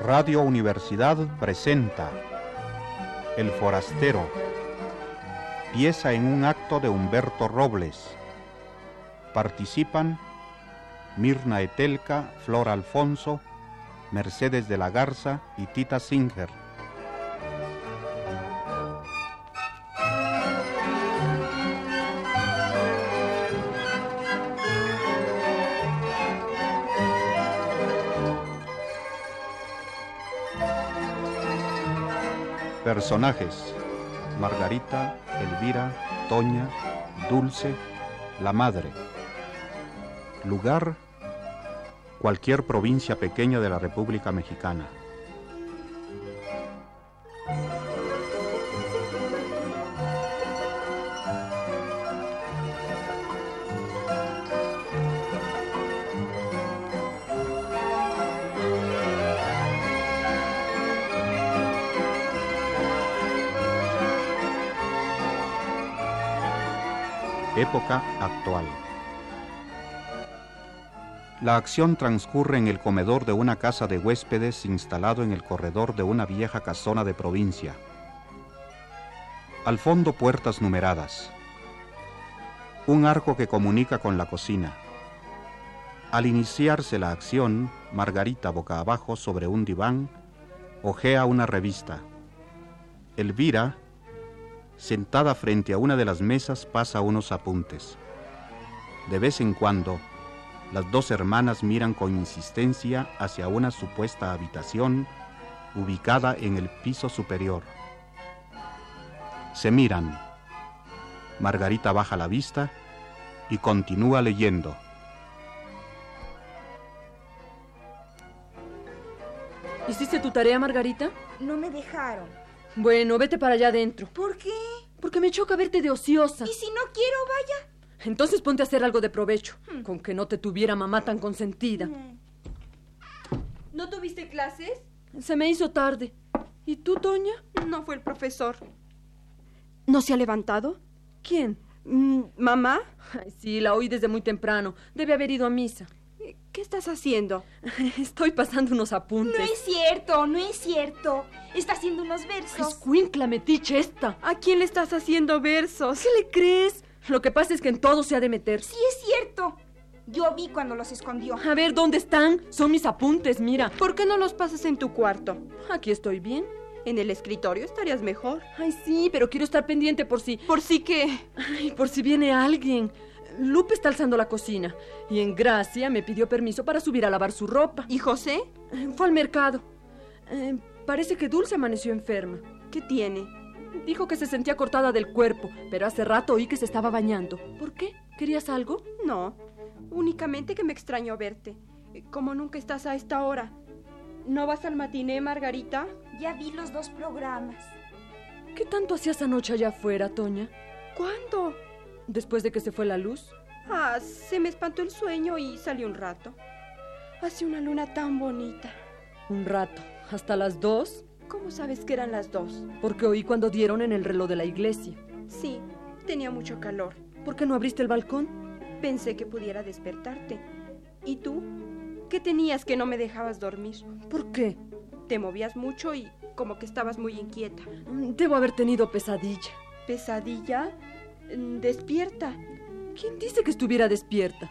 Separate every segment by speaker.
Speaker 1: Radio Universidad presenta El Forastero, pieza en un acto de Humberto Robles. Participan Mirna Etelca, Flor Alfonso, Mercedes de la Garza y Tita Singer. Personajes. Margarita, Elvira, Toña, Dulce, la madre. Lugar. Cualquier provincia pequeña de la República Mexicana. época actual. La acción transcurre en el comedor de una casa de huéspedes instalado en el corredor de una vieja casona de provincia. Al fondo puertas numeradas. Un arco que comunica con la cocina. Al iniciarse la acción, Margarita boca abajo sobre un diván, ojea una revista. Elvira, sentada frente a una de las mesas, pasa unos apuntes. De vez en cuando, las dos hermanas miran con insistencia hacia una supuesta habitación ubicada en el piso superior. Se miran. Margarita baja la vista y continúa leyendo.
Speaker 2: ¿Hiciste tu tarea, Margarita?
Speaker 3: No me dejaron.
Speaker 2: Bueno, vete para allá adentro.
Speaker 3: ¿Por qué?
Speaker 2: Porque me choca verte de ociosa.
Speaker 3: ¿Y si no quiero, vaya?
Speaker 2: Entonces ponte a hacer algo de provecho.
Speaker 3: Hmm.
Speaker 2: Con que no te tuviera mamá tan consentida.
Speaker 4: ¿No tuviste clases?
Speaker 2: Se me hizo tarde. ¿Y tú, Toña?
Speaker 4: No fue el profesor.
Speaker 5: ¿No se ha levantado?
Speaker 2: ¿Quién?
Speaker 5: Mm, ¿Mamá?
Speaker 2: Ay, sí, la oí desde muy temprano. Debe haber ido a misa.
Speaker 5: ¿Qué estás haciendo?
Speaker 2: Estoy pasando unos
Speaker 3: No
Speaker 2: apuntes.
Speaker 3: es cierto, no es cierto. Está haciendo unos versos.
Speaker 2: Escuincla metiche esta.
Speaker 5: ¿A quién le estás haciendo versos?
Speaker 2: ¿Qué le crees? Lo que pasa es que en todo se ha de meter.
Speaker 3: Sí es cierto. Yo vi cuando los escondió.
Speaker 2: A ver, ¿dónde están? Son mis apuntes, mira.
Speaker 5: ¿Por qué no los pasas en tu cuarto?
Speaker 2: Aquí estoy bien.
Speaker 5: En el escritorio estarías mejor.
Speaker 2: Ay, sí, pero quiero estar pendiente por si...
Speaker 5: Por sí que...
Speaker 2: Ay, por si viene alguien. Lupe está alzando la cocina y en gracia me pidió permiso para subir a lavar su ropa.
Speaker 5: ¿Y José?
Speaker 2: Eh, Fue al mercado. Eh, parece que Dulce amaneció enferma.
Speaker 5: ¿Qué tiene?
Speaker 2: Dijo que se sentía cortada del cuerpo, pero hace rato oí que se estaba bañando. ¿Por qué? ¿Querías algo?
Speaker 5: No, únicamente que me extrañó verte. Como nunca estás a esta hora. ¿No vas al matiné, Margarita?
Speaker 3: Ya vi los dos programas.
Speaker 2: ¿Qué tanto hacías anoche allá afuera, Toña?
Speaker 5: ¿Cuándo?
Speaker 2: Después de que se fue la luz.
Speaker 5: Ah, se me espantó el sueño y salí un rato. Hace una luna tan bonita.
Speaker 2: Un rato. Hasta las dos,
Speaker 5: ¿Cómo sabes que eran las dos?
Speaker 2: porque oí cuando dieron en el reloj de la iglesia.
Speaker 5: Sí, tenía mucho calor.
Speaker 2: ¿Por qué no abriste el balcón?
Speaker 5: Pensé que pudiera despertarte. ¿Y tú? ¿Qué tenías que no me dejabas dormir?
Speaker 2: ¿Por qué?
Speaker 5: Te movías mucho y como que estabas muy inquieta.
Speaker 2: Mm, Debo haber tenido pesadilla.
Speaker 5: ¿Pesadilla? Mm, Despierta.
Speaker 2: ¿Quién dice que estuviera despierta?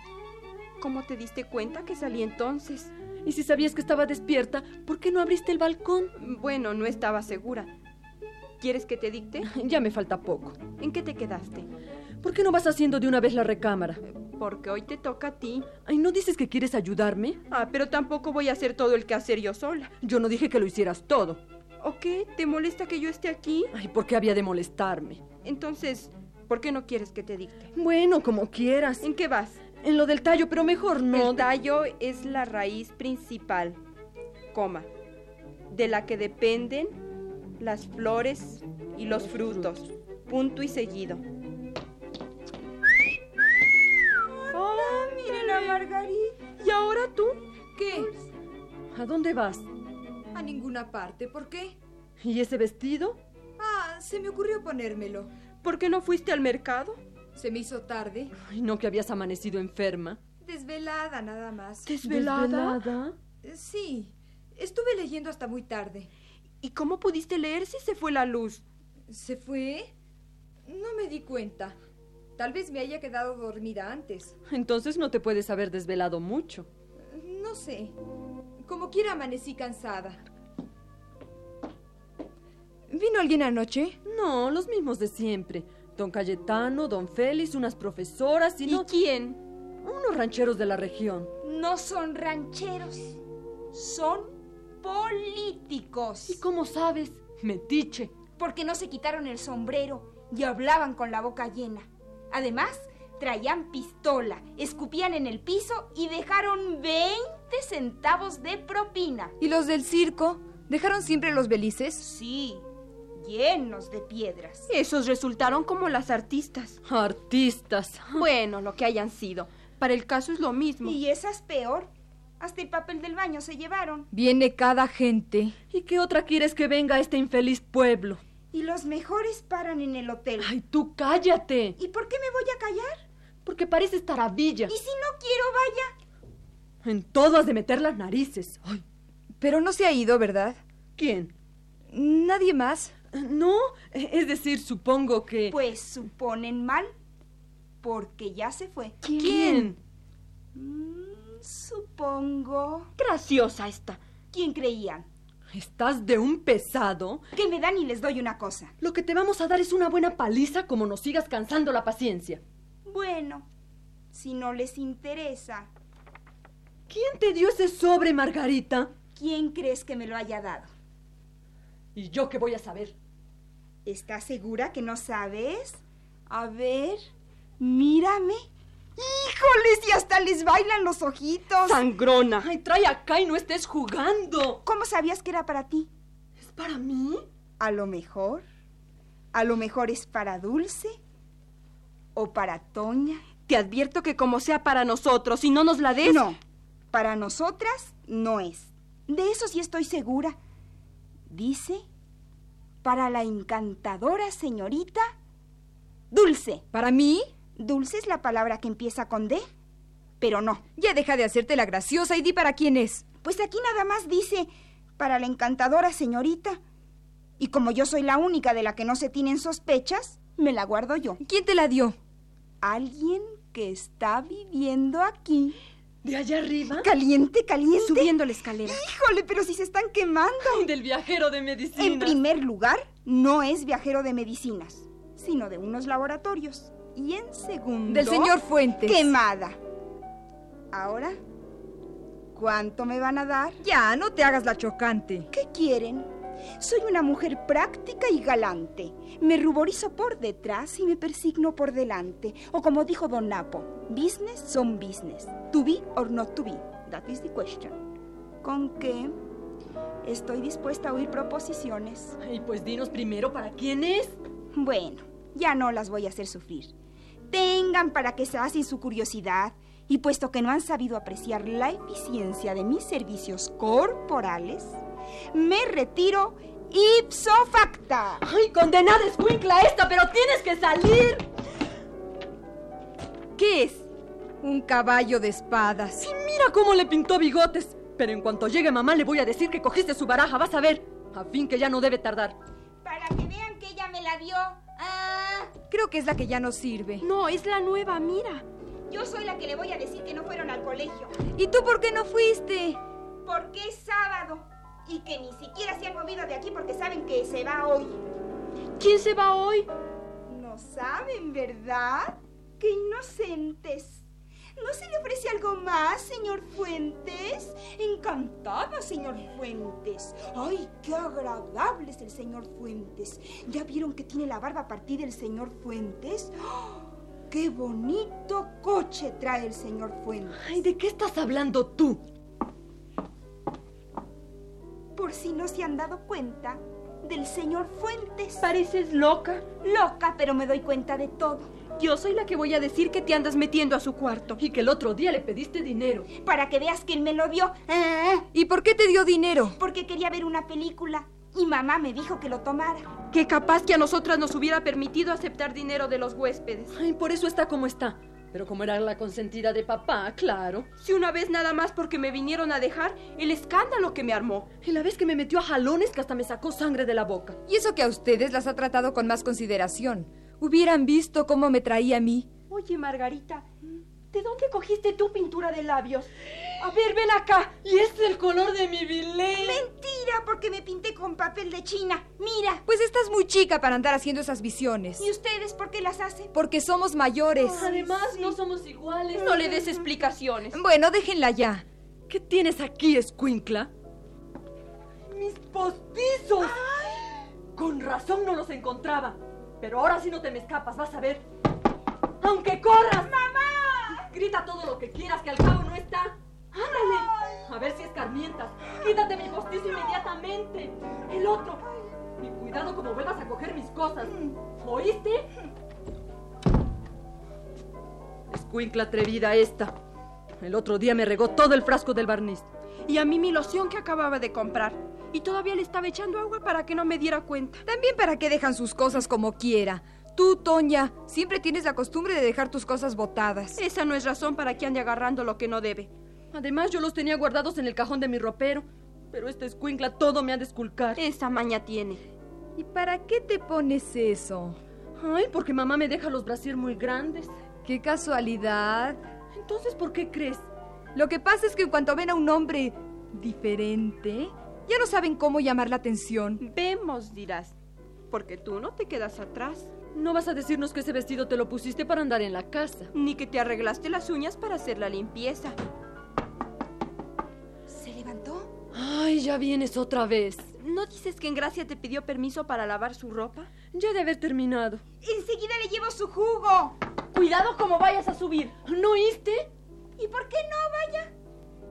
Speaker 5: ¿Cómo te diste cuenta que salí entonces?
Speaker 2: Y si sabías que estaba despierta, ¿por qué no abriste el balcón?
Speaker 5: Bueno, no estaba segura. ¿Quieres que te dicte?
Speaker 2: Ya me falta poco.
Speaker 5: ¿En qué te quedaste?
Speaker 2: ¿Por qué no vas haciendo de una vez la recámara?
Speaker 5: Porque hoy te toca a ti.
Speaker 2: Ay, ¿no dices que quieres ayudarme?
Speaker 5: Ah, pero tampoco voy a hacer todo el quehacer yo sola.
Speaker 2: Yo no dije que lo hicieras todo.
Speaker 5: ¿O qué? ¿Te molesta que yo esté aquí?
Speaker 2: Ay, ¿por qué había de molestarme?
Speaker 5: Entonces, ¿por qué no quieres que te dicte?
Speaker 2: Bueno, como quieras.
Speaker 5: ¿En qué vas?
Speaker 2: En lo del tallo, pero mejor no.
Speaker 5: El tallo es la raíz principal. coma, de la que dependen las flores y los frutos, punto y seguido. ¡Hola,
Speaker 4: Miren a Margarita.
Speaker 5: ¿Y ahora tú?
Speaker 4: ¿Qué?
Speaker 2: ¿A dónde vas?
Speaker 4: A ninguna parte. ¿Por qué?
Speaker 2: ¿Y ese vestido?
Speaker 4: Ah, se me ocurrió ponérmelo.
Speaker 5: ¿Por qué no fuiste al mercado?
Speaker 4: Se me hizo tarde.
Speaker 2: Ay, no que habías amanecido enferma.
Speaker 4: Desvelada nada más.
Speaker 2: ¿Desvelada?
Speaker 4: Sí, estuve leyendo hasta muy tarde.
Speaker 5: ¿Y cómo pudiste leer si se fue la luz?
Speaker 4: ¿Se fue? No me di cuenta. Tal vez me haya quedado dormida antes.
Speaker 2: Entonces no te puedes haber desvelado mucho.
Speaker 4: No sé. Como quiera amanecí cansada. ¿Vino alguien anoche?
Speaker 2: No, los mismos de siempre. Don Cayetano, don Félix, unas profesoras y,
Speaker 5: ¿Y
Speaker 2: no-
Speaker 5: quién?
Speaker 2: unos rancheros de la región.
Speaker 3: No son rancheros, son políticos.
Speaker 2: ¿Y cómo sabes? Metiche.
Speaker 3: Porque no se quitaron el sombrero y hablaban con la boca llena. Además, traían pistola, escupían en el piso y dejaron 20 centavos de propina.
Speaker 4: ¿Y los del circo? ¿Dejaron siempre los belices?
Speaker 3: Sí, llenos de piedras.
Speaker 5: Esos resultaron como las artistas.
Speaker 2: Artistas.
Speaker 5: Bueno, lo que hayan sido. Para el caso es lo mismo.
Speaker 3: Y esa es peor. Hasta el papel del baño se llevaron.
Speaker 4: Viene cada gente.
Speaker 2: ¿Y qué otra quieres que venga a este infeliz pueblo?
Speaker 3: Y los mejores paran en el hotel.
Speaker 2: Ay, tú cállate.
Speaker 3: ¿Y por qué me voy a callar?
Speaker 2: Porque pareces taravilla.
Speaker 3: ¿Y si no quiero, vaya?
Speaker 2: En todas de meter las narices. Ay,
Speaker 4: Pero no se ha ido, ¿verdad?
Speaker 2: ¿quién? Eh,
Speaker 4: ¿Nadie más?
Speaker 2: No, es decir, supongo que...
Speaker 3: Pues suponen mal, porque ya se fue.
Speaker 2: ¿Quién?
Speaker 3: Mm, supongo.
Speaker 5: Graciosa esta.
Speaker 3: ¿Quién creían?
Speaker 2: ¿Estás de un pesado?
Speaker 3: Que me dan y les doy una cosa.
Speaker 2: Lo que te vamos a dar es una buena paliza como nos sigas cansando la paciencia.
Speaker 3: Bueno, si no les interesa,
Speaker 2: ¿Quién te dio ese sobre, Margarita?
Speaker 3: ¿quién crees que me lo haya dado?
Speaker 2: ¿Y yo qué voy a saber?
Speaker 3: ¿Estás segura que no sabes? A ver, mírame. ¡Híjoles! Y hasta les bailan los ojitos.
Speaker 5: Sangrona.
Speaker 2: Ay, trae acá y no estés jugando.
Speaker 3: ¿Cómo sabías que era para ti?
Speaker 2: ¿Es para mí?
Speaker 3: A lo mejor. A lo mejor es para Dulce. O para Toña.
Speaker 5: Te advierto que como sea para nosotros, si no nos la des...
Speaker 3: No, para nosotras no es. De eso sí estoy segura. Dice, para la encantadora señorita Dulce.
Speaker 4: ¿Para mí?
Speaker 3: Dulce es la palabra que empieza con D, pero no.
Speaker 4: Ya deja de hacerte la graciosa y di para quién es.
Speaker 3: Pues aquí nada más dice, para la encantadora señorita. Y como yo soy la única de la que no se tienen sospechas, me la guardo yo.
Speaker 4: ¿Quién te la dio?
Speaker 3: Alguien que está viviendo aquí.
Speaker 2: ¿De allá arriba?
Speaker 3: Caliente, caliente.
Speaker 5: Subiendo la escalera.
Speaker 3: Híjole, pero si se están quemando.
Speaker 2: Ay, del viajero de medicina.
Speaker 3: En primer lugar, no es viajero de medicinas, sino de unos laboratorios. Y en segundo,
Speaker 4: Del señor Fuentes.
Speaker 3: quemada. Ahora, ¿cuánto me van a dar?
Speaker 4: Ya, no te hagas la chocante.
Speaker 3: ¿Qué quieren? Soy una mujer práctica y galante. Me ruborizo por detrás y me persigno por delante. O como dijo Don Napo, business son business. To be or not to be. That is the question. Con que estoy dispuesta a oír proposiciones.
Speaker 2: Ay, pues dinos primero para quién es.
Speaker 3: Bueno, ya no las voy a hacer sufrir. Tengan para que sacien su curiosidad y puesto que no han sabido apreciar la eficiencia de mis servicios corporales, me retiro ipso facta.
Speaker 2: Ay, condenada escuincla esta, pero tienes que salir.
Speaker 4: ¿Qué es? Un caballo de espadas.
Speaker 2: Y mira cómo le pintó bigotes. Pero en cuanto llegue mamá le voy a decir que cogiste su baraja, vas a ver. A fin que ya no debe tardar.
Speaker 3: Para que vean que ella me la dio. Ah,
Speaker 4: Creo que es la que ya no sirve.
Speaker 5: No, es la nueva, mira.
Speaker 3: yo soy la que le voy a decir que no fueron al colegio,
Speaker 4: ¿Y tú por qué no fuiste?
Speaker 3: porque es sábado y que ni siquiera se han movido de aquí porque saben que se va hoy.
Speaker 5: ¿Quién se va hoy?
Speaker 3: No saben, ¿verdad? ¡Qué inocentes! ¿No se le ofrece algo más, señor Fuentes? Encantada, señor Fuentes. ¡Ay, qué agradable es el señor Fuentes! ¿Ya vieron que tiene la barba partida el señor Fuentes? ¡Oh! ¡Qué bonito coche trae el señor Fuentes!
Speaker 2: Ay, ¿de qué estás hablando tú?
Speaker 3: por si no se han dado cuenta, del señor Fuentes.
Speaker 5: Pareces loca.
Speaker 3: Loca, pero me doy cuenta de todo.
Speaker 5: Yo soy la que voy a decir que te andas metiendo a su cuarto.
Speaker 2: Y que el otro día le pediste dinero.
Speaker 3: Para que veas que él me lo dio. Ah,
Speaker 4: ¿Y por qué te dio dinero?
Speaker 3: Porque quería ver una película. Y mamá me dijo que lo tomara.
Speaker 5: Que capaz que a nosotras nos hubiera permitido aceptar dinero de los huéspedes.
Speaker 2: Ay, por eso está como está. Pero como era la consentida de papá, claro.
Speaker 5: Si una vez nada más porque me vinieron a dejar el escándalo que me armó.
Speaker 2: Y la vez que me metió a jalones que hasta me sacó sangre de la boca.
Speaker 4: Y eso que a ustedes las ha tratado con más consideración. Hubieran visto cómo me traía a mí.
Speaker 5: Oye, Margarita, ¿de dónde cogiste tu pintura de labios? A ver, ven acá.
Speaker 2: Y es el color de mi bilé.
Speaker 3: Mentira, porque me pinté con papel de China. Mira.
Speaker 4: Pues estás muy chica para andar haciendo esas visiones.
Speaker 3: ¿Y ustedes por qué las hacen?
Speaker 4: Porque somos mayores.
Speaker 2: Además, no somos iguales.
Speaker 5: No le des explicaciones.
Speaker 4: Bueno, déjenla ya.
Speaker 2: ¿Qué tienes aquí, escuincla? ¡Mis postizos! Con razón no los encontraba. Pero ahora sí no te me escapas, vas a ver. ¡Aunque corras! ¡Mamá! Grita todo lo que quieras, que al cabo no está. ¡Ándale! A ver si escarmientas. Quítate mi postizo inmediatamente. El otro. Y cuidado como vuelvas a coger mis cosas. Mm. ¿Oíste? Escuincla atrevida esta. El otro día me regó todo el frasco del barniz.
Speaker 5: Y a mí mi loción que acababa de comprar. Y todavía le estaba echando agua para que no me diera cuenta.
Speaker 4: También para que dejan sus cosas como quiera. Tú, Toña, siempre tienes la costumbre de dejar tus cosas botadas.
Speaker 5: Esa no es razón para que ande agarrando lo que no debe.
Speaker 2: Además, yo los tenía guardados en el cajón de mi ropero. Pero esta escuincla todo me ha de esculcar.
Speaker 5: Esa maña tiene.
Speaker 4: ¿Y para qué te pones eso?
Speaker 2: Ay, porque mamá me deja los brasier muy grandes.
Speaker 4: Qué casualidad.
Speaker 2: Entonces, ¿por qué crees?
Speaker 4: Lo que pasa es que en cuanto ven a un hombre diferente, ya no saben cómo llamar la atención.
Speaker 5: Vemos, dirás. Porque tú no te quedas atrás.
Speaker 2: No vas a decirnos que ese vestido te lo pusiste para andar en la casa.
Speaker 5: Ni que te arreglaste las uñas para hacer la limpieza.
Speaker 3: ¿Se levantó?
Speaker 2: Ay, ya vienes otra vez.
Speaker 5: ¿No dices que en gracia te pidió permiso para lavar su ropa?
Speaker 2: Ya de haber terminado.
Speaker 3: Enseguida le llevo su jugo.
Speaker 5: Cuidado como vayas a subir.
Speaker 2: ¿No oíste?
Speaker 3: ¿Y por qué no, vaya?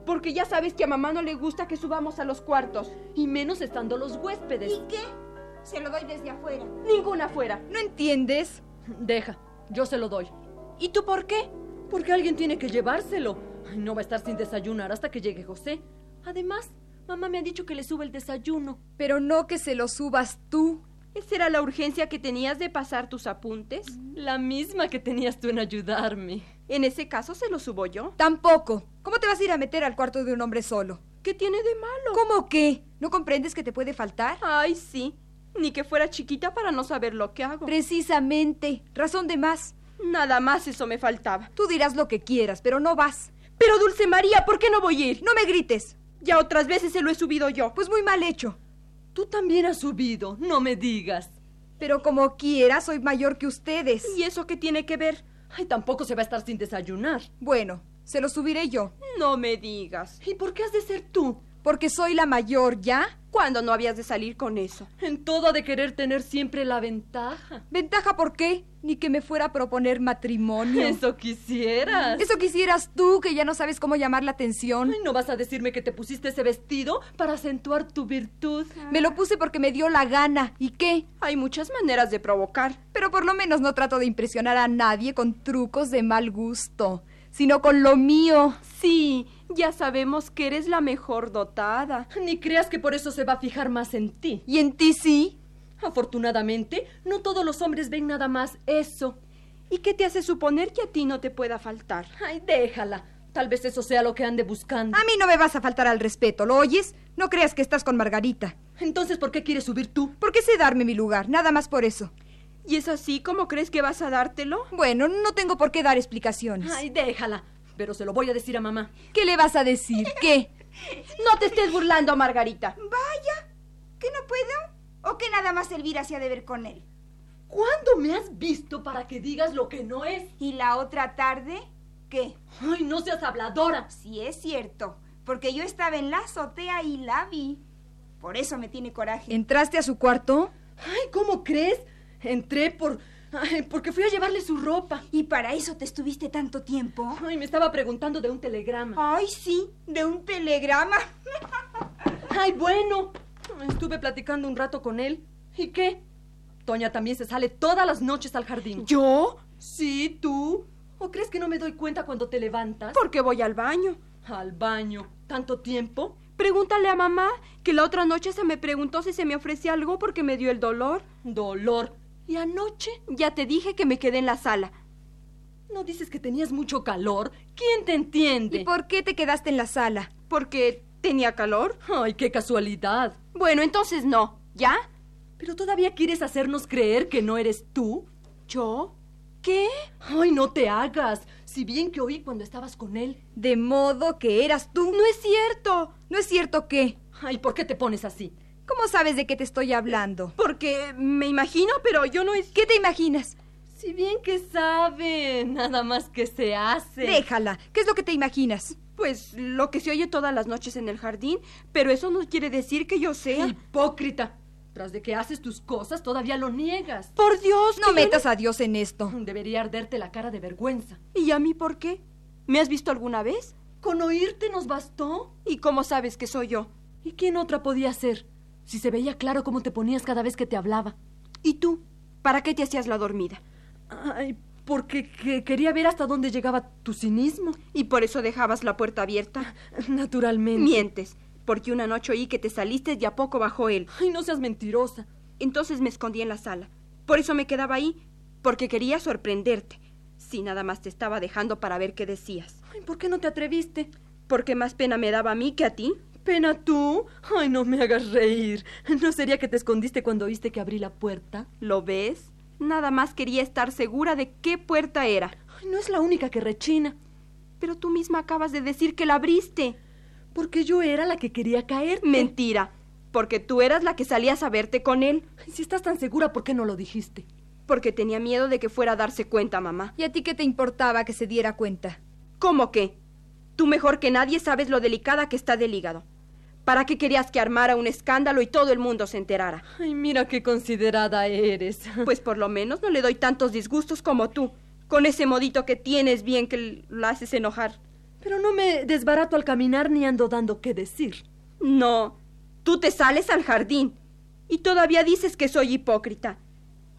Speaker 5: Porque ya sabes que a mamá no le gusta que subamos a los cuartos.
Speaker 2: Y menos estando los huéspedes.
Speaker 3: ¿Y qué? Se lo doy desde afuera.
Speaker 5: Ninguna fuera.
Speaker 4: ¿No entiendes?
Speaker 2: Deja, yo se lo doy.
Speaker 5: ¿Y tú por qué?
Speaker 2: Porque alguien tiene que llevárselo. Ay, no va a estar sin desayunar hasta que llegue José. Además, mamá me ha dicho que le sube el desayuno.
Speaker 4: Pero no que se lo subas tú.
Speaker 5: ¿Esa era la urgencia que tenías de pasar tus apuntes?
Speaker 2: La misma que tenías tú en ayudarme.
Speaker 5: En ese caso se lo subo yo.
Speaker 4: Tampoco. ¿Cómo te vas a ir a meter al cuarto de un hombre solo?
Speaker 5: ¿Qué tiene de malo?
Speaker 4: ¿Cómo qué? ¿No comprendes que te puede faltar?
Speaker 5: Ay, sí. Ni que fuera chiquita para no saber lo que hago.
Speaker 4: Precisamente. Razón de más.
Speaker 5: Nada más eso me faltaba.
Speaker 4: Tú dirás lo que quieras, pero no vas.
Speaker 5: Pero Dulce María, ¿por qué no voy a ir?
Speaker 4: No me grites.
Speaker 5: Ya otras veces se lo he subido yo.
Speaker 4: Pues muy mal hecho.
Speaker 2: Tú también has subido, no me digas.
Speaker 4: Pero como quiera, soy mayor que ustedes.
Speaker 5: ¿Y eso qué tiene que ver?
Speaker 2: Ay, tampoco se va a estar sin desayunar.
Speaker 4: Bueno, se lo subiré yo.
Speaker 5: No me digas.
Speaker 2: ¿Y por qué has de ser tú?
Speaker 4: Porque soy la mayor, ¿ya?
Speaker 5: ¿Cuándo no habías de salir con eso?
Speaker 2: En todo ha de querer tener siempre la ventaja.
Speaker 4: ¿Ventaja por qué? Ni que me fuera a proponer matrimonio.
Speaker 2: Eso quisieras.
Speaker 4: Eso quisieras tú, que ya no sabes cómo llamar la atención.
Speaker 2: Ay, ¿no vas a decirme que te pusiste ese vestido para acentuar tu virtud?
Speaker 4: Me lo puse porque me dio la gana. ¿Y qué?
Speaker 5: Hay muchas maneras de provocar.
Speaker 4: Pero por lo menos no trato de impresionar a nadie con trucos de mal gusto, sino con lo mío.
Speaker 5: Sí, ya sabemos que eres la mejor dotada.
Speaker 2: Ni creas que por eso se va a fijar más en ti.
Speaker 4: ¿Y en ti sí?
Speaker 2: Afortunadamente, no todos los hombres ven nada más eso.
Speaker 5: ¿Y qué te hace suponer que a ti no te pueda faltar?
Speaker 2: Ay, déjala. Tal vez eso sea lo que ande buscando.
Speaker 4: A mí no me vas a faltar al respeto, ¿lo oyes? No creas que estás con Margarita.
Speaker 2: Entonces, ¿por qué quieres subir tú?
Speaker 4: Porque sé darme mi lugar, nada más por eso.
Speaker 5: ¿Y es así como crees que vas a dártelo?
Speaker 4: Bueno, no tengo por qué dar explicaciones.
Speaker 2: Ay, déjala. Pero se lo voy a decir a mamá.
Speaker 4: ¿Qué le vas a decir? ¿Qué?
Speaker 5: No te estés burlando, Margarita.
Speaker 3: Vaya, ¿que no puedo? ¿O que nada más servir hacía de ver con él?
Speaker 2: ¿Cuándo me has visto para que digas lo que no es?
Speaker 3: ¿Y la otra tarde? ¿Qué?
Speaker 2: Ay, no seas habladora.
Speaker 3: Sí es cierto, porque yo estaba en la azotea y la vi. Por eso me tiene coraje.
Speaker 4: ¿Entraste a su cuarto?
Speaker 2: Ay, ¿cómo crees? Entré por... ay, porque fui a llevarle su ropa.
Speaker 3: ¿Y para eso te estuviste tanto tiempo?
Speaker 2: Ay, me estaba preguntando de un telegrama.
Speaker 3: Ay, sí, de un telegrama.
Speaker 2: Ay, bueno. Estuve platicando un rato con él. ¿Y qué? Toña también se sale todas las noches al jardín.
Speaker 5: ¿Yo?
Speaker 2: Sí, tú. ¿O crees que no me doy cuenta cuando te levantas?
Speaker 5: Porque voy al baño.
Speaker 2: Al baño. ¿Tanto tiempo?
Speaker 5: Pregúntale a mamá que la otra noche se me preguntó si se me ofrecía algo porque me dio el dolor.
Speaker 2: Dolor. ¿Y anoche?
Speaker 5: Ya te dije que me quedé en la sala.
Speaker 2: ¿No dices que tenías mucho calor? ¿Quién te entiende?
Speaker 4: ¿Y por qué te quedaste en la sala?
Speaker 5: Porque tenía calor.
Speaker 2: Ay, qué casualidad.
Speaker 5: Bueno, entonces no. ¿Ya?
Speaker 2: ¿Pero todavía quieres hacernos creer que no eres tú?
Speaker 5: ¿Yo?
Speaker 2: ¿Qué? Ay, no te hagas. Si bien que oí cuando estabas con él.
Speaker 4: De modo que eras tú.
Speaker 5: No es cierto.
Speaker 4: ¿No es cierto qué?
Speaker 2: Ay, ¿por qué te pones así?
Speaker 4: ¿Cómo sabes de qué te estoy hablando?
Speaker 5: Porque me imagino, pero yo no es...
Speaker 4: ¿Qué te imaginas?
Speaker 2: Si bien que sabe, nada más que se hace.
Speaker 4: Déjala. ¿Qué es lo que te imaginas?
Speaker 5: Pues lo que se oye todas las noches en el jardín, pero eso no quiere decir que yo sea...
Speaker 2: Hipócrita. Tras de que haces tus cosas, todavía lo niegas.
Speaker 5: Por Dios,
Speaker 4: No
Speaker 5: que yo
Speaker 4: metas a Dios en esto.
Speaker 2: Debería arderte la cara de vergüenza.
Speaker 5: ¿Y a mí por qué? ¿Me has visto alguna vez?
Speaker 2: Con oírte nos bastó.
Speaker 5: ¿Y cómo sabes que soy yo?
Speaker 2: ¿Y quién otra podía ser? Si se veía claro cómo te ponías cada vez que te hablaba.
Speaker 5: ¿Y tú? ¿Para qué te hacías la dormida?
Speaker 2: Ay, porque que- quería ver hasta dónde llegaba tu cinismo.
Speaker 5: ¿Y por eso dejabas la puerta abierta?
Speaker 2: Naturalmente.
Speaker 5: Mientes, porque una noche oí que te saliste y a poco bajó él.
Speaker 2: Ay, no seas mentirosa.
Speaker 5: Entonces me escondí en la sala. Por eso me quedaba ahí, porque quería sorprenderte. Si nada más te estaba dejando para ver qué decías.
Speaker 2: Ay, ¿por qué no te atreviste?
Speaker 5: Porque más pena me daba a mí que a ti.
Speaker 2: ¿Pena tú? Ay, no me hagas reír. ¿No sería que te escondiste cuando oíste que abrí la puerta?
Speaker 5: ¿Lo ves? Nada más quería estar segura de qué puerta era.
Speaker 2: Ay, no es la única que rechina.
Speaker 5: Pero tú misma acabas de decir que la abriste.
Speaker 2: Porque yo era la que quería caer.
Speaker 5: Mentira, porque tú eras la que salías a verte con él.
Speaker 2: Si estás tan segura, ¿por qué no lo dijiste?
Speaker 5: Porque tenía miedo de que fuera a darse cuenta, mamá.
Speaker 4: ¿Y a ti qué te importaba que se diera cuenta?
Speaker 5: ¿Cómo que? Tú mejor que nadie sabes lo delicada que está del hígado. ¿Para qué querías que armara un escándalo y todo el mundo se enterara?
Speaker 2: Ay, mira qué considerada eres.
Speaker 5: Pues por lo menos no le doy tantos disgustos como tú, con ese modito que tienes bien que l- la haces enojar.
Speaker 2: Pero no me desbarato al caminar ni ando dando qué decir.
Speaker 5: No, tú te sales al jardín y todavía dices que soy hipócrita.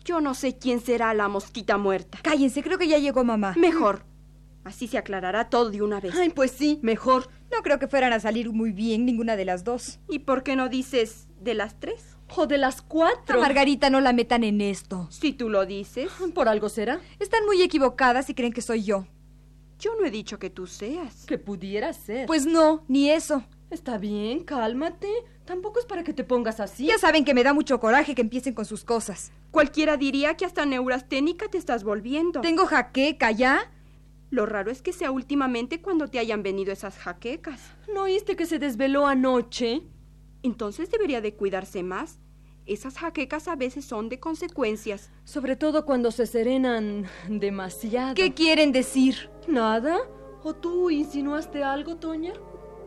Speaker 5: Yo no sé quién será la mosquita muerta.
Speaker 4: Cállense, creo que ya llegó mamá.
Speaker 5: Mejor. Así se aclarará todo de una vez.
Speaker 2: Ay, pues sí, mejor.
Speaker 4: No creo que fueran a salir muy bien ninguna de las dos.
Speaker 5: ¿Y por qué no dices de las tres?
Speaker 2: O de las
Speaker 4: A
Speaker 2: cuatro.
Speaker 4: Margarita no la metan en esto.
Speaker 5: Si tú lo dices.
Speaker 2: ¿Por algo será?
Speaker 4: Están muy equivocadas y creen que soy yo.
Speaker 5: Yo no he dicho que tú seas.
Speaker 2: Que pudiera ser.
Speaker 4: Pues no, ni eso.
Speaker 2: Está bien, cálmate. Tampoco es para que te pongas así.
Speaker 4: Ya saben que me da mucho coraje que empiecen con sus cosas.
Speaker 5: Cualquiera diría que hasta neurasténica te estás volviendo.
Speaker 4: Tengo jaqueca ya.
Speaker 5: Lo raro es que sea últimamente cuando te hayan venido esas jaquecas.
Speaker 2: ¿No oíste que se desveló anoche?
Speaker 5: Entonces debería de cuidarse más. Esas jaquecas a veces son de consecuencias.
Speaker 2: Sobre todo cuando se serenan demasiado.
Speaker 4: ¿Qué quieren decir?
Speaker 2: ¿Nada? ¿O tú insinuaste algo, Toña?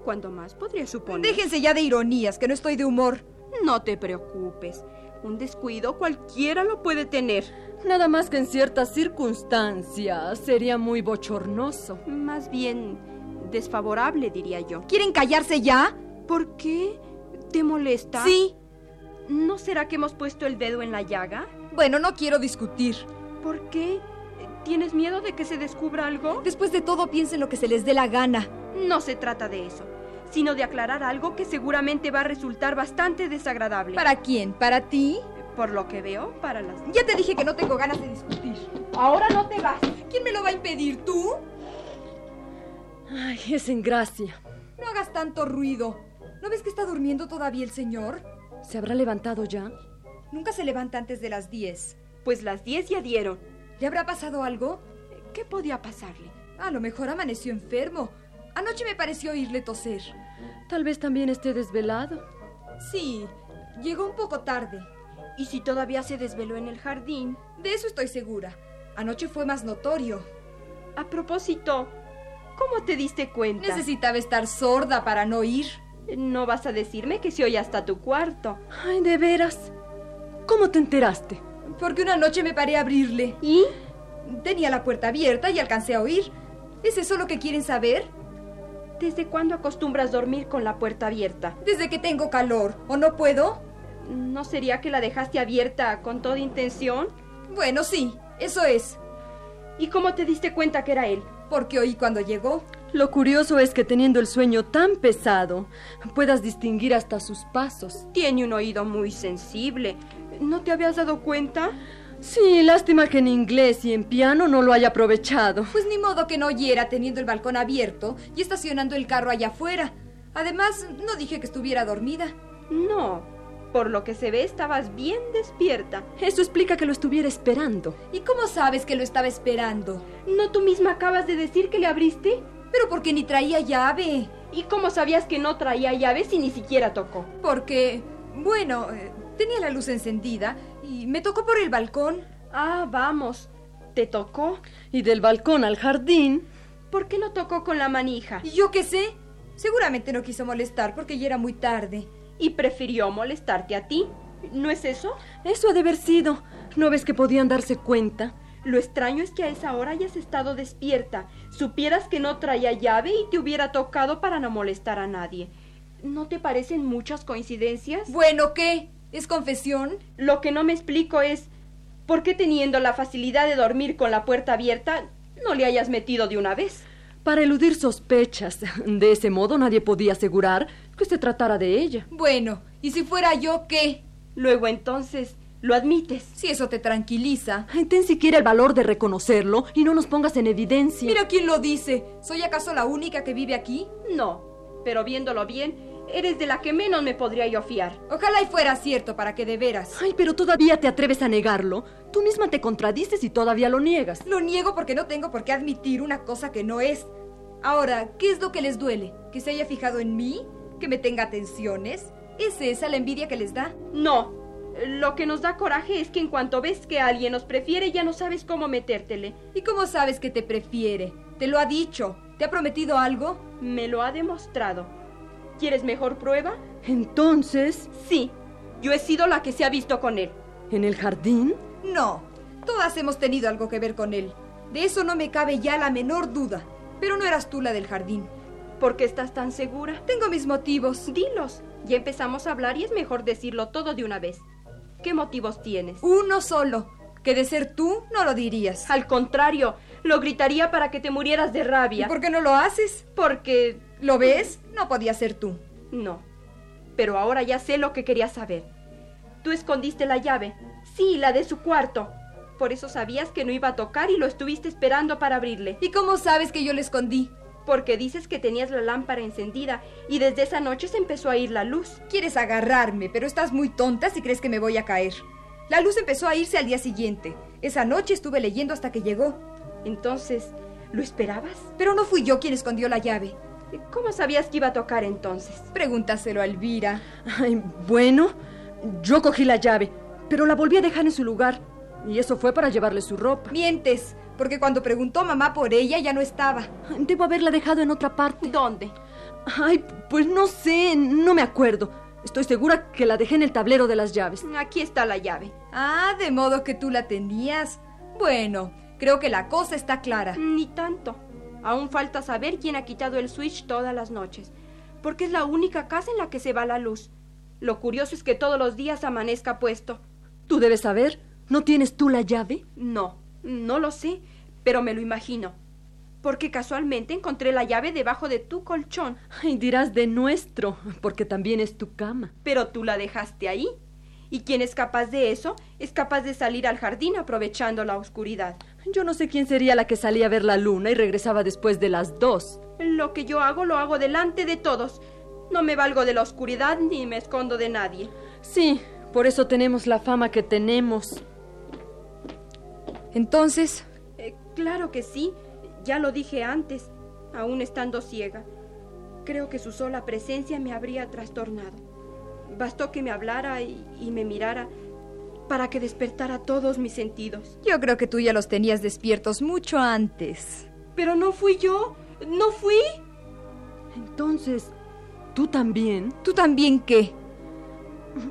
Speaker 5: Cuando más podría suponer.
Speaker 4: Déjense ya de ironías, que no estoy de humor.
Speaker 5: No te preocupes. Un descuido cualquiera lo puede tener.
Speaker 2: Nada más que en ciertas circunstancias sería muy bochornoso.
Speaker 5: Más bien desfavorable, diría yo.
Speaker 4: ¿Quieren callarse ya?
Speaker 5: ¿Por qué? ¿Te molesta?
Speaker 4: Sí.
Speaker 5: ¿No será que hemos puesto el dedo en la llaga?
Speaker 4: Bueno, no quiero discutir.
Speaker 5: ¿Por qué? ¿Tienes miedo de que se descubra algo?
Speaker 4: Después de todo, piensen lo que se les dé la gana.
Speaker 5: No se trata de eso, sino de aclarar algo que seguramente va a resultar bastante desagradable.
Speaker 4: ¿Para quién? ¿Para ti?
Speaker 5: Por lo que veo, para las...
Speaker 4: Ya te dije que no tengo ganas de discutir.
Speaker 5: Ahora no te vas.
Speaker 4: ¿Quién me lo va a impedir? ¿Tú?
Speaker 2: Ay, es en gracia.
Speaker 4: No hagas tanto ruido. ¿No ves que está durmiendo todavía el señor?
Speaker 2: ¿Se habrá levantado ya?
Speaker 4: Nunca se levanta antes de las 10.
Speaker 5: Pues las 10 ya dieron.
Speaker 4: ¿Le habrá pasado algo?
Speaker 5: ¿Qué podía pasarle?
Speaker 4: A lo mejor amaneció enfermo. Anoche me pareció oírle toser.
Speaker 2: Tal vez también esté desvelado.
Speaker 4: Sí, llegó un poco tarde.
Speaker 5: ¿Y si todavía se desveló en el jardín?
Speaker 4: De eso estoy segura. Anoche fue más notorio.
Speaker 5: A propósito, ¿cómo te diste cuenta?
Speaker 4: Necesitaba estar sorda para no oír.
Speaker 5: No vas a decirme que se oye hasta tu cuarto.
Speaker 2: Ay, de veras. ¿Cómo te enteraste?
Speaker 4: Porque una noche me paré a abrirle.
Speaker 5: ¿Y?
Speaker 4: Tenía la puerta abierta y alcancé a oír. ¿Es eso lo que quieren saber?
Speaker 5: ¿Desde cuándo acostumbras dormir con la puerta abierta?
Speaker 4: Desde que tengo calor, ¿o no puedo?
Speaker 5: ¿No sería que la dejaste abierta con toda intención?
Speaker 4: Bueno, sí, eso es,
Speaker 5: ¿Y cómo te diste cuenta que era él?
Speaker 4: porque oí cuando llegó.
Speaker 2: Lo curioso es que teniendo el sueño tan pesado, puedas distinguir hasta sus pasos.
Speaker 5: Tiene un oído muy sensible. ¿No te habías dado cuenta?
Speaker 2: Sí, lástima que en inglés y en piano no lo haya aprovechado.
Speaker 4: Pues ni modo que no oyera teniendo el balcón abierto y estacionando el carro allá afuera. Además, no dije que estuviera dormida.
Speaker 5: No. Por lo que se ve, estabas bien despierta.
Speaker 2: Eso explica que lo estuviera esperando.
Speaker 4: ¿Y cómo sabes que lo estaba esperando?
Speaker 5: ¿No tú misma acabas de decir que le abriste?
Speaker 4: Pero porque ni traía llave.
Speaker 5: ¿Y cómo sabías que no traía llave si ni siquiera tocó?
Speaker 4: Porque, bueno, eh, tenía la luz encendida y me tocó por el balcón.
Speaker 5: Ah, vamos. ¿Te tocó?
Speaker 2: Y del balcón al jardín.
Speaker 5: ¿Por qué no tocó con la manija?
Speaker 4: ¿Y yo qué sé? Seguramente no quiso molestar porque ya era muy tarde.
Speaker 5: Y prefirió molestarte a ti. ¿No es eso?
Speaker 2: Eso ha de haber sido. ¿No ves que podían darse cuenta?
Speaker 5: Lo extraño es que a esa hora hayas estado despierta. Supieras que no traía llave y te hubiera tocado para no molestar a nadie. ¿No te parecen muchas coincidencias?
Speaker 4: Bueno, ¿qué? ¿Es confesión?
Speaker 5: Lo que no me explico es por qué teniendo la facilidad de dormir con la puerta abierta no le hayas metido de una vez.
Speaker 2: Para eludir sospechas. De ese modo nadie podía asegurar que se tratara de ella.
Speaker 4: Bueno, ¿y si fuera yo qué?
Speaker 5: Luego entonces lo admites.
Speaker 4: Si eso te tranquiliza.
Speaker 2: Ay, Ten siquiera el valor de reconocerlo y no nos pongas en evidencia.
Speaker 4: Mira quién lo dice. ¿Soy acaso la única que vive aquí?
Speaker 5: No, pero viéndolo bien, eres de la que menos me podría yo fiar.
Speaker 4: Ojalá y fuera cierto para que de veras.
Speaker 2: Ay, pero todavía te atreves a negarlo. Tú misma te contradices y todavía lo niegas.
Speaker 4: Lo niego porque no tengo por qué admitir una cosa que no es. Ahora, ¿qué es lo que les duele? ¿Que se haya fijado en mí? ¿Que me tenga atenciones? ¿Es esa la envidia que les da?
Speaker 5: No. Lo que nos da coraje es que en cuanto ves que alguien nos prefiere ya no sabes cómo metértele.
Speaker 4: ¿Y cómo sabes que te prefiere? ¿Te lo ha dicho? ¿Te ha prometido algo?
Speaker 5: Me lo ha demostrado. ¿Quieres mejor prueba?
Speaker 2: Entonces,
Speaker 5: Sí, yo he sido la que se ha visto con él.
Speaker 2: ¿en el jardín?
Speaker 4: No. Todas hemos tenido algo que ver con él. De eso no me cabe ya la menor duda. Pero no eras tú la del jardín.
Speaker 5: ¿Por qué estás tan segura?
Speaker 4: Tengo mis motivos.
Speaker 5: Dilos. Ya empezamos a hablar y es mejor decirlo todo de una vez. ¿Qué motivos tienes?
Speaker 4: Uno solo. Que de ser tú no lo dirías.
Speaker 5: Al contrario, lo gritaría para que te murieras de
Speaker 4: ¿Y
Speaker 5: rabia.
Speaker 4: por qué no lo haces?
Speaker 5: Porque...
Speaker 4: ¿Lo ves? No podía ser tú.
Speaker 5: No. Pero ahora ya sé lo que quería saber. Tú escondiste la llave. Sí, la de su cuarto. Por eso sabías que no iba a tocar y lo estuviste esperando para abrirle.
Speaker 4: ¿Y cómo sabes que yo le escondí?
Speaker 5: Porque dices que tenías la lámpara encendida y desde esa noche se empezó a ir la luz.
Speaker 4: Quieres agarrarme, pero estás muy tonta si crees que me voy a caer. La luz empezó a irse al día siguiente. Esa noche estuve leyendo hasta que llegó.
Speaker 5: Entonces, ¿lo esperabas?
Speaker 4: Pero no fui yo quien escondió la llave.
Speaker 5: ¿Cómo sabías que iba a tocar entonces?
Speaker 4: Pregúntaselo a Elvira.
Speaker 2: Ay, bueno, yo cogí la llave, pero la volví a dejar en su lugar. Y eso fue para llevarle su ropa.
Speaker 4: Mientes, porque cuando preguntó mamá por ella ya no estaba.
Speaker 2: Debo haberla dejado en otra parte.
Speaker 5: ¿Dónde?
Speaker 2: Ay, pues no sé, no me acuerdo. Estoy segura que la dejé en el tablero de las llaves.
Speaker 5: Aquí está la llave.
Speaker 4: Ah, de modo que tú la tenías. Bueno, creo que la cosa está clara.
Speaker 5: Ni tanto. Aún falta saber quién ha quitado el switch todas las noches, porque es la única casa en la que se va la luz. Lo curioso es que todos los días amanezca puesto.
Speaker 2: Tú debes saber, ¿no tienes tú la llave?
Speaker 5: No, no lo sé, pero me lo imagino. Porque casualmente encontré la llave debajo de tu colchón,
Speaker 2: Ay, dirás de nuestro, porque también es tu cama.
Speaker 5: pero tú la dejaste ahí. Y quien es capaz de eso es capaz de salir al jardín aprovechando la oscuridad.
Speaker 2: Yo no sé quién sería la que salía a ver la luna y regresaba después de las dos.
Speaker 5: Lo que yo hago lo hago delante de todos. No me valgo de la oscuridad ni me escondo de nadie.
Speaker 2: Sí, por eso tenemos la fama que tenemos.
Speaker 4: Entonces,
Speaker 5: Eh, claro que sí, ya lo dije antes, aún estando ciega. Creo que su sola presencia me habría trastornado. Bastó que me hablara y, y me mirara para que despertara todos mis sentidos.
Speaker 4: yo creo que tú ya los tenías despiertos mucho antes.
Speaker 5: Pero no fui yo, no fui.
Speaker 2: Entonces, ¿tú también?
Speaker 4: ¿Tú también qué?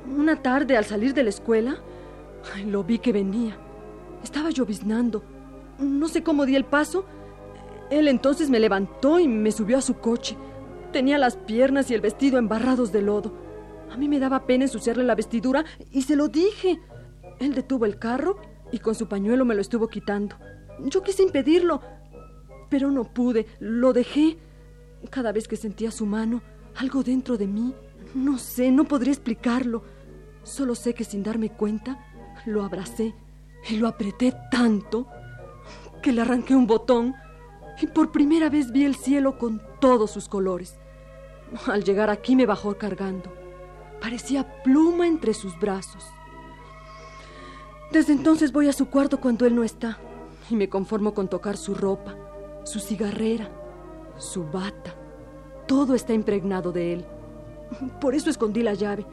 Speaker 2: Una tarde al salir de la escuela, ay, lo vi que venía. Estaba lloviznando. No sé cómo di el paso. Él entonces me levantó y me subió a su coche. Tenía las piernas y el vestido embarrados de lodo. A mí me daba pena ensuciarle la vestidura y se lo dije. Él detuvo el carro y con su pañuelo me lo estuvo quitando. Yo quise impedirlo, pero no pude. Lo dejé. Cada vez que sentía su mano, algo dentro de mí, no sé, no podría explicarlo. Solo sé que sin darme cuenta, lo abracé y lo apreté tanto que le arranqué un botón y por primera vez vi el cielo con todos sus colores. Al llegar aquí me bajó cargando. Parecía pluma entre sus brazos. Desde entonces voy a su cuarto cuando él no está y me conformo con tocar su ropa, su cigarrera, su bata. Todo está impregnado de él. Por eso escondí la llave.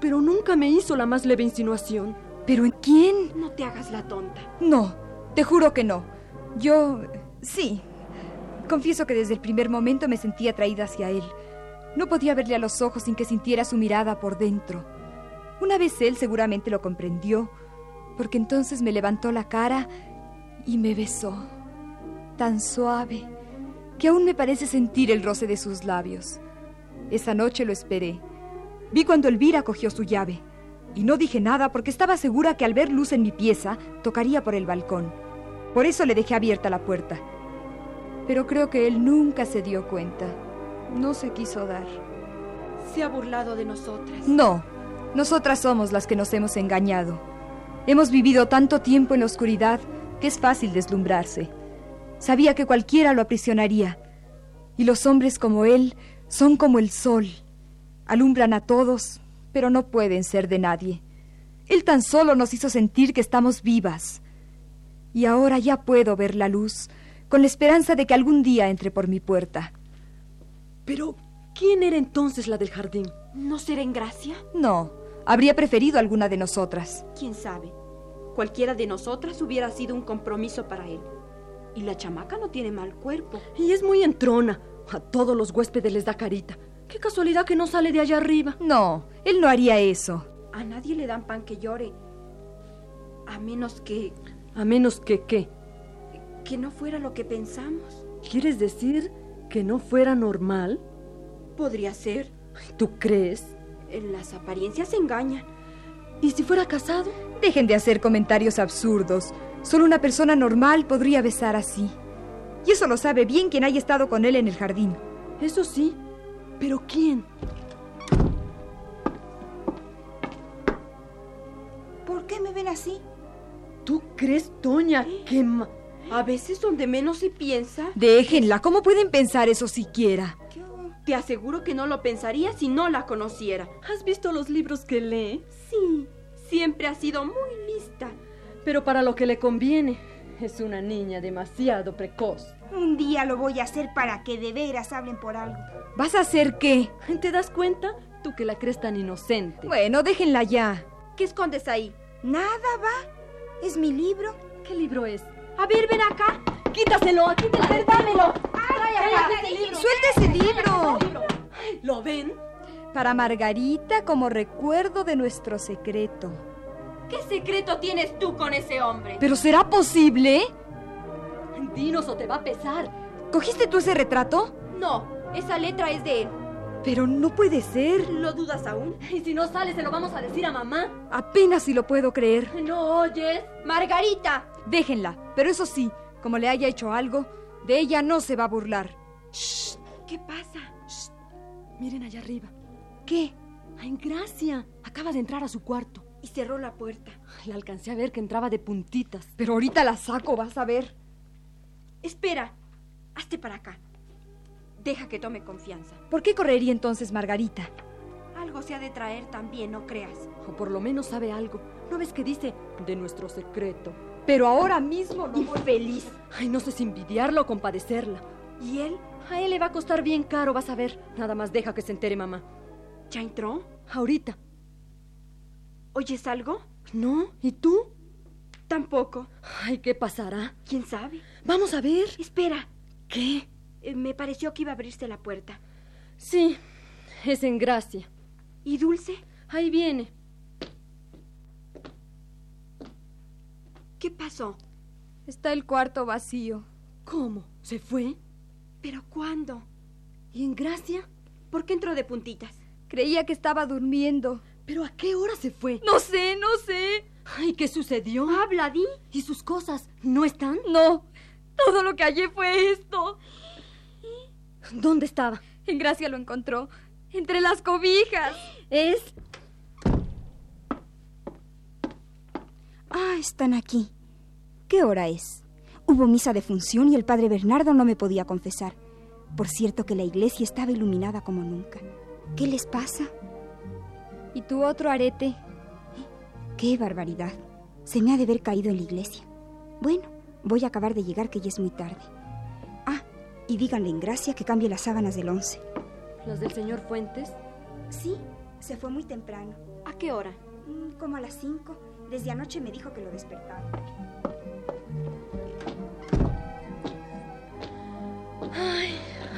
Speaker 2: Pero nunca me hizo la más leve insinuación.
Speaker 4: ¿Pero en quién?
Speaker 5: No te hagas la tonta.
Speaker 4: No, te juro que no. Yo... sí. Confieso que desde el primer momento me sentí atraída hacia él. No podía verle a los ojos sin que sintiera su mirada por dentro. Una vez él seguramente lo comprendió, porque entonces me levantó la cara y me besó. Tan suave que aún me parece sentir el roce de sus labios. Esa noche lo esperé. Vi cuando Elvira cogió su llave. Y no dije nada porque estaba segura que al ver luz en mi pieza, tocaría por el balcón. Por eso le dejé abierta la puerta. Pero creo que él nunca se dio cuenta. No se quiso dar.
Speaker 5: Se ha burlado de nosotras.
Speaker 4: No, nosotras somos las que nos hemos engañado. Hemos vivido tanto tiempo en la oscuridad que es fácil deslumbrarse. Sabía que cualquiera lo aprisionaría. Y los hombres como él son como el sol. Alumbran a todos, pero no pueden ser de nadie. Él tan solo nos hizo sentir que estamos vivas. Y ahora ya puedo ver la luz, con la esperanza de que algún día entre por mi puerta.
Speaker 2: Pero, ¿quién era entonces la del jardín?
Speaker 5: ¿No será en gracia?
Speaker 4: No, habría preferido alguna de nosotras.
Speaker 5: ¿Quién sabe? Cualquiera de nosotras hubiera sido un compromiso para él. Y la chamaca no tiene mal cuerpo.
Speaker 2: Y es muy entrona. A todos los huéspedes les da carita. Qué casualidad que no sale de allá arriba.
Speaker 4: No, él no haría eso.
Speaker 5: A nadie le dan pan que llore. A menos que...
Speaker 2: A menos que qué.
Speaker 5: que no fuera lo que pensamos.
Speaker 2: ¿Quieres decir que no fuera normal?
Speaker 5: Podría ser. eh,
Speaker 2: ¿Tú crees?
Speaker 5: Las apariencias engañan.
Speaker 2: ¿Y si fuera casado?
Speaker 4: Dejen de hacer comentarios absurdos. Solo una persona normal podría besar así. Y eso lo sabe bien quien haya estado con él en el jardín.
Speaker 2: Eso sí, ¿Pero quién?
Speaker 3: ¿Por qué me ven así?
Speaker 2: ¿Tú crees, Toña, que... ma-
Speaker 5: A veces donde menos se piensa,
Speaker 4: Déjenla, ¿cómo pueden pensar eso siquiera?
Speaker 3: ¿Qué hago?
Speaker 5: te aseguro que no lo pensaría si no la conociera.
Speaker 2: ¿Has visto los libros que lee?
Speaker 5: Sí, siempre ha sido muy lista.
Speaker 2: Pero para lo que le conviene. Es una niña demasiado precoz.
Speaker 3: Un día lo voy a hacer para que de veras hablen por algo.
Speaker 4: ¿Vas a hacer qué?
Speaker 2: ¿Te das cuenta? Tú que la crees tan inocente.
Speaker 4: Bueno, déjenla ya.
Speaker 5: ¿Qué escondes ahí?
Speaker 3: Nada va. Es mi libro.
Speaker 2: ¿Qué libro es?
Speaker 5: A ver, ven acá. Quítaselo, quítaselo. dámelo. Ay, ese libro.
Speaker 4: ¡Suelta ese libro!
Speaker 5: Ay, ¿Lo ven?
Speaker 4: Para Margarita como recuerdo de nuestro secreto.
Speaker 5: ¿Qué secreto tienes tú con ese hombre?
Speaker 4: ¿Pero será posible?
Speaker 5: Dinos o te va a pesar.
Speaker 4: ¿Cogiste tú ese retrato?
Speaker 5: No, esa letra es de él.
Speaker 4: Pero no puede ser.
Speaker 5: ¿Lo dudas aún?
Speaker 2: Y si no sale, se lo vamos a decir a mamá.
Speaker 4: Apenas si lo puedo creer.
Speaker 2: ¿No oyes?
Speaker 5: Margarita.
Speaker 4: Déjenla. Pero eso sí, como le haya hecho algo, de ella no se va a burlar.
Speaker 5: ¿Qué pasa?
Speaker 2: Miren allá arriba.
Speaker 4: ¿Qué?
Speaker 2: ¡Ay, Gracia! Acaba de entrar a su cuarto.
Speaker 5: Y cerró la puerta.
Speaker 2: La alcancé a ver que entraba de puntitas.
Speaker 4: Pero ahorita la saco, vas a ver.
Speaker 5: Espera, hazte para acá. Deja que tome confianza.
Speaker 4: ¿Por qué correría entonces Margarita?
Speaker 5: Algo se ha de traer también, no creas.
Speaker 2: O por lo menos sabe algo. ¿No ves que dice? De nuestro secreto.
Speaker 4: Pero ahora mismo no. voy-
Speaker 5: Infeliz.
Speaker 2: Ay, no sé si envidiarla o compadecerla.
Speaker 5: ¿Y él?
Speaker 2: A él le va a costar bien caro, vas a ver. Nada más deja que se entere mamá.
Speaker 5: ¿Ya entró?
Speaker 2: Ahorita.
Speaker 5: ¿Oyes algo?
Speaker 2: ¿No? ¿Y tú?
Speaker 5: Tampoco.
Speaker 2: Ay, ¿qué pasará?
Speaker 5: ¿Quién sabe?
Speaker 2: Vamos a ver.
Speaker 5: Espera.
Speaker 2: ¿Qué?
Speaker 5: Eh, me pareció que iba a abrirse la puerta.
Speaker 2: Sí, es en gracia.
Speaker 5: ¿Y Dulce?
Speaker 2: Ahí viene.
Speaker 5: ¿Qué pasó?
Speaker 4: Está el cuarto vacío.
Speaker 2: ¿Cómo? ¿Se fue?
Speaker 5: ¿Pero cuándo?
Speaker 2: ¿Y en gracia?
Speaker 5: ¿Por qué entró de puntitas?
Speaker 4: Creía que estaba durmiendo.
Speaker 2: ¿Pero a qué hora se fue?
Speaker 4: No sé, no sé.
Speaker 2: ¿Y qué sucedió?
Speaker 5: ¡Habla, Di!
Speaker 2: ¿Y sus cosas no están?
Speaker 4: No, todo lo que hallé fue esto.
Speaker 2: ¿Dónde estaba?
Speaker 4: En gracia lo encontró. Entre las cobijas.
Speaker 5: Es.
Speaker 3: Ah, están aquí. ¿Qué hora es? Hubo misa de función y el padre Bernardo no me podía confesar. Por cierto que la iglesia estaba iluminada como nunca. ¿Qué les pasa?
Speaker 4: Y tu otro arete.
Speaker 3: ¡Qué barbaridad! Se me ha de haber caído en la iglesia. Bueno, voy a acabar de llegar que ya es muy tarde. Ah, y díganle en gracia que cambie las sábanas del once.
Speaker 2: ¿Las del señor Fuentes?
Speaker 3: Sí, se fue muy temprano,
Speaker 5: ¿A qué hora?
Speaker 3: mm, como a las cinco. Desde anoche me dijo que lo despertaba.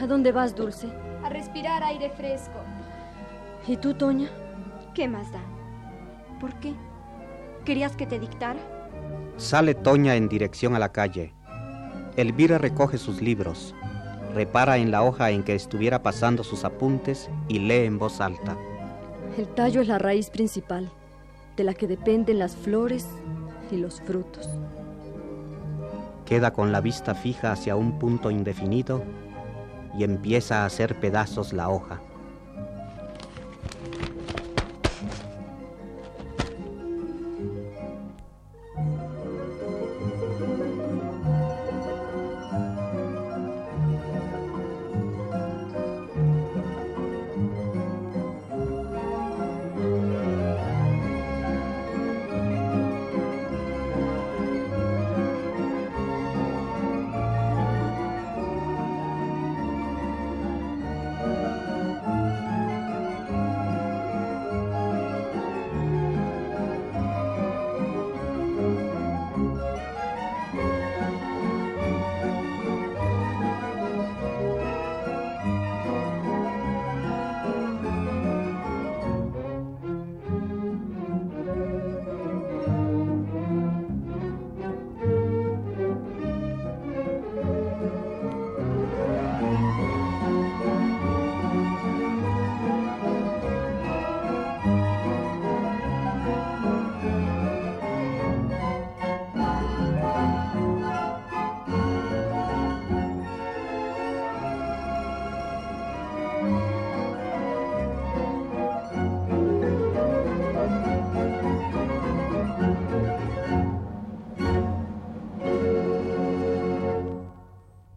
Speaker 2: ¿A dónde vas, Dulce?
Speaker 4: A respirar aire fresco.
Speaker 2: ¿Y tú, Toña?
Speaker 5: ¿Qué más da? ¿Por qué? ¿Querías que te dictara?
Speaker 1: Sale Toña en dirección a la calle. Elvira recoge sus libros, repara en la hoja en que estuviera pasando sus apuntes y lee en voz alta.
Speaker 2: El tallo es la raíz principal, de la que dependen las flores y los frutos.
Speaker 1: Queda con la vista fija hacia un punto indefinido y empieza a hacer pedazos la hoja.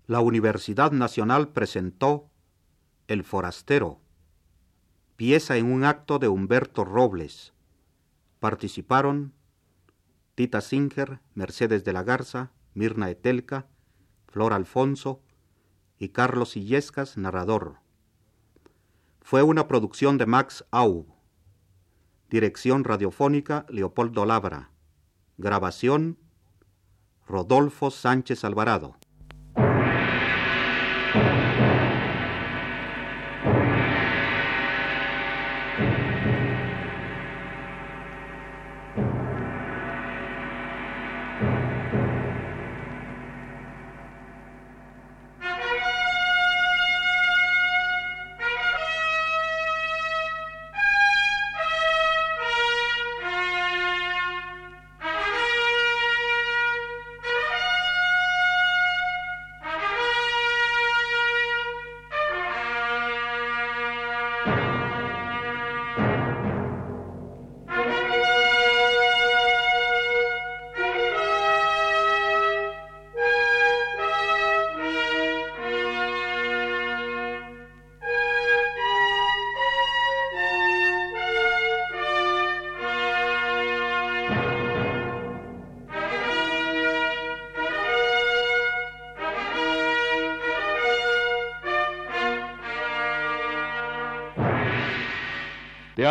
Speaker 1: La Universidad Nacional presentó El Forastero, pieza en un acto de Humberto Robles. Participaron Tita Singer, Mercedes de la Garza, Mirna Etelca, Flor Alfonso y Carlos Illescas, narrador. Fue una producción de Max Au. Dirección radiofónica Leopoldo Labra. Grabación Rodolfo Sánchez Alvarado.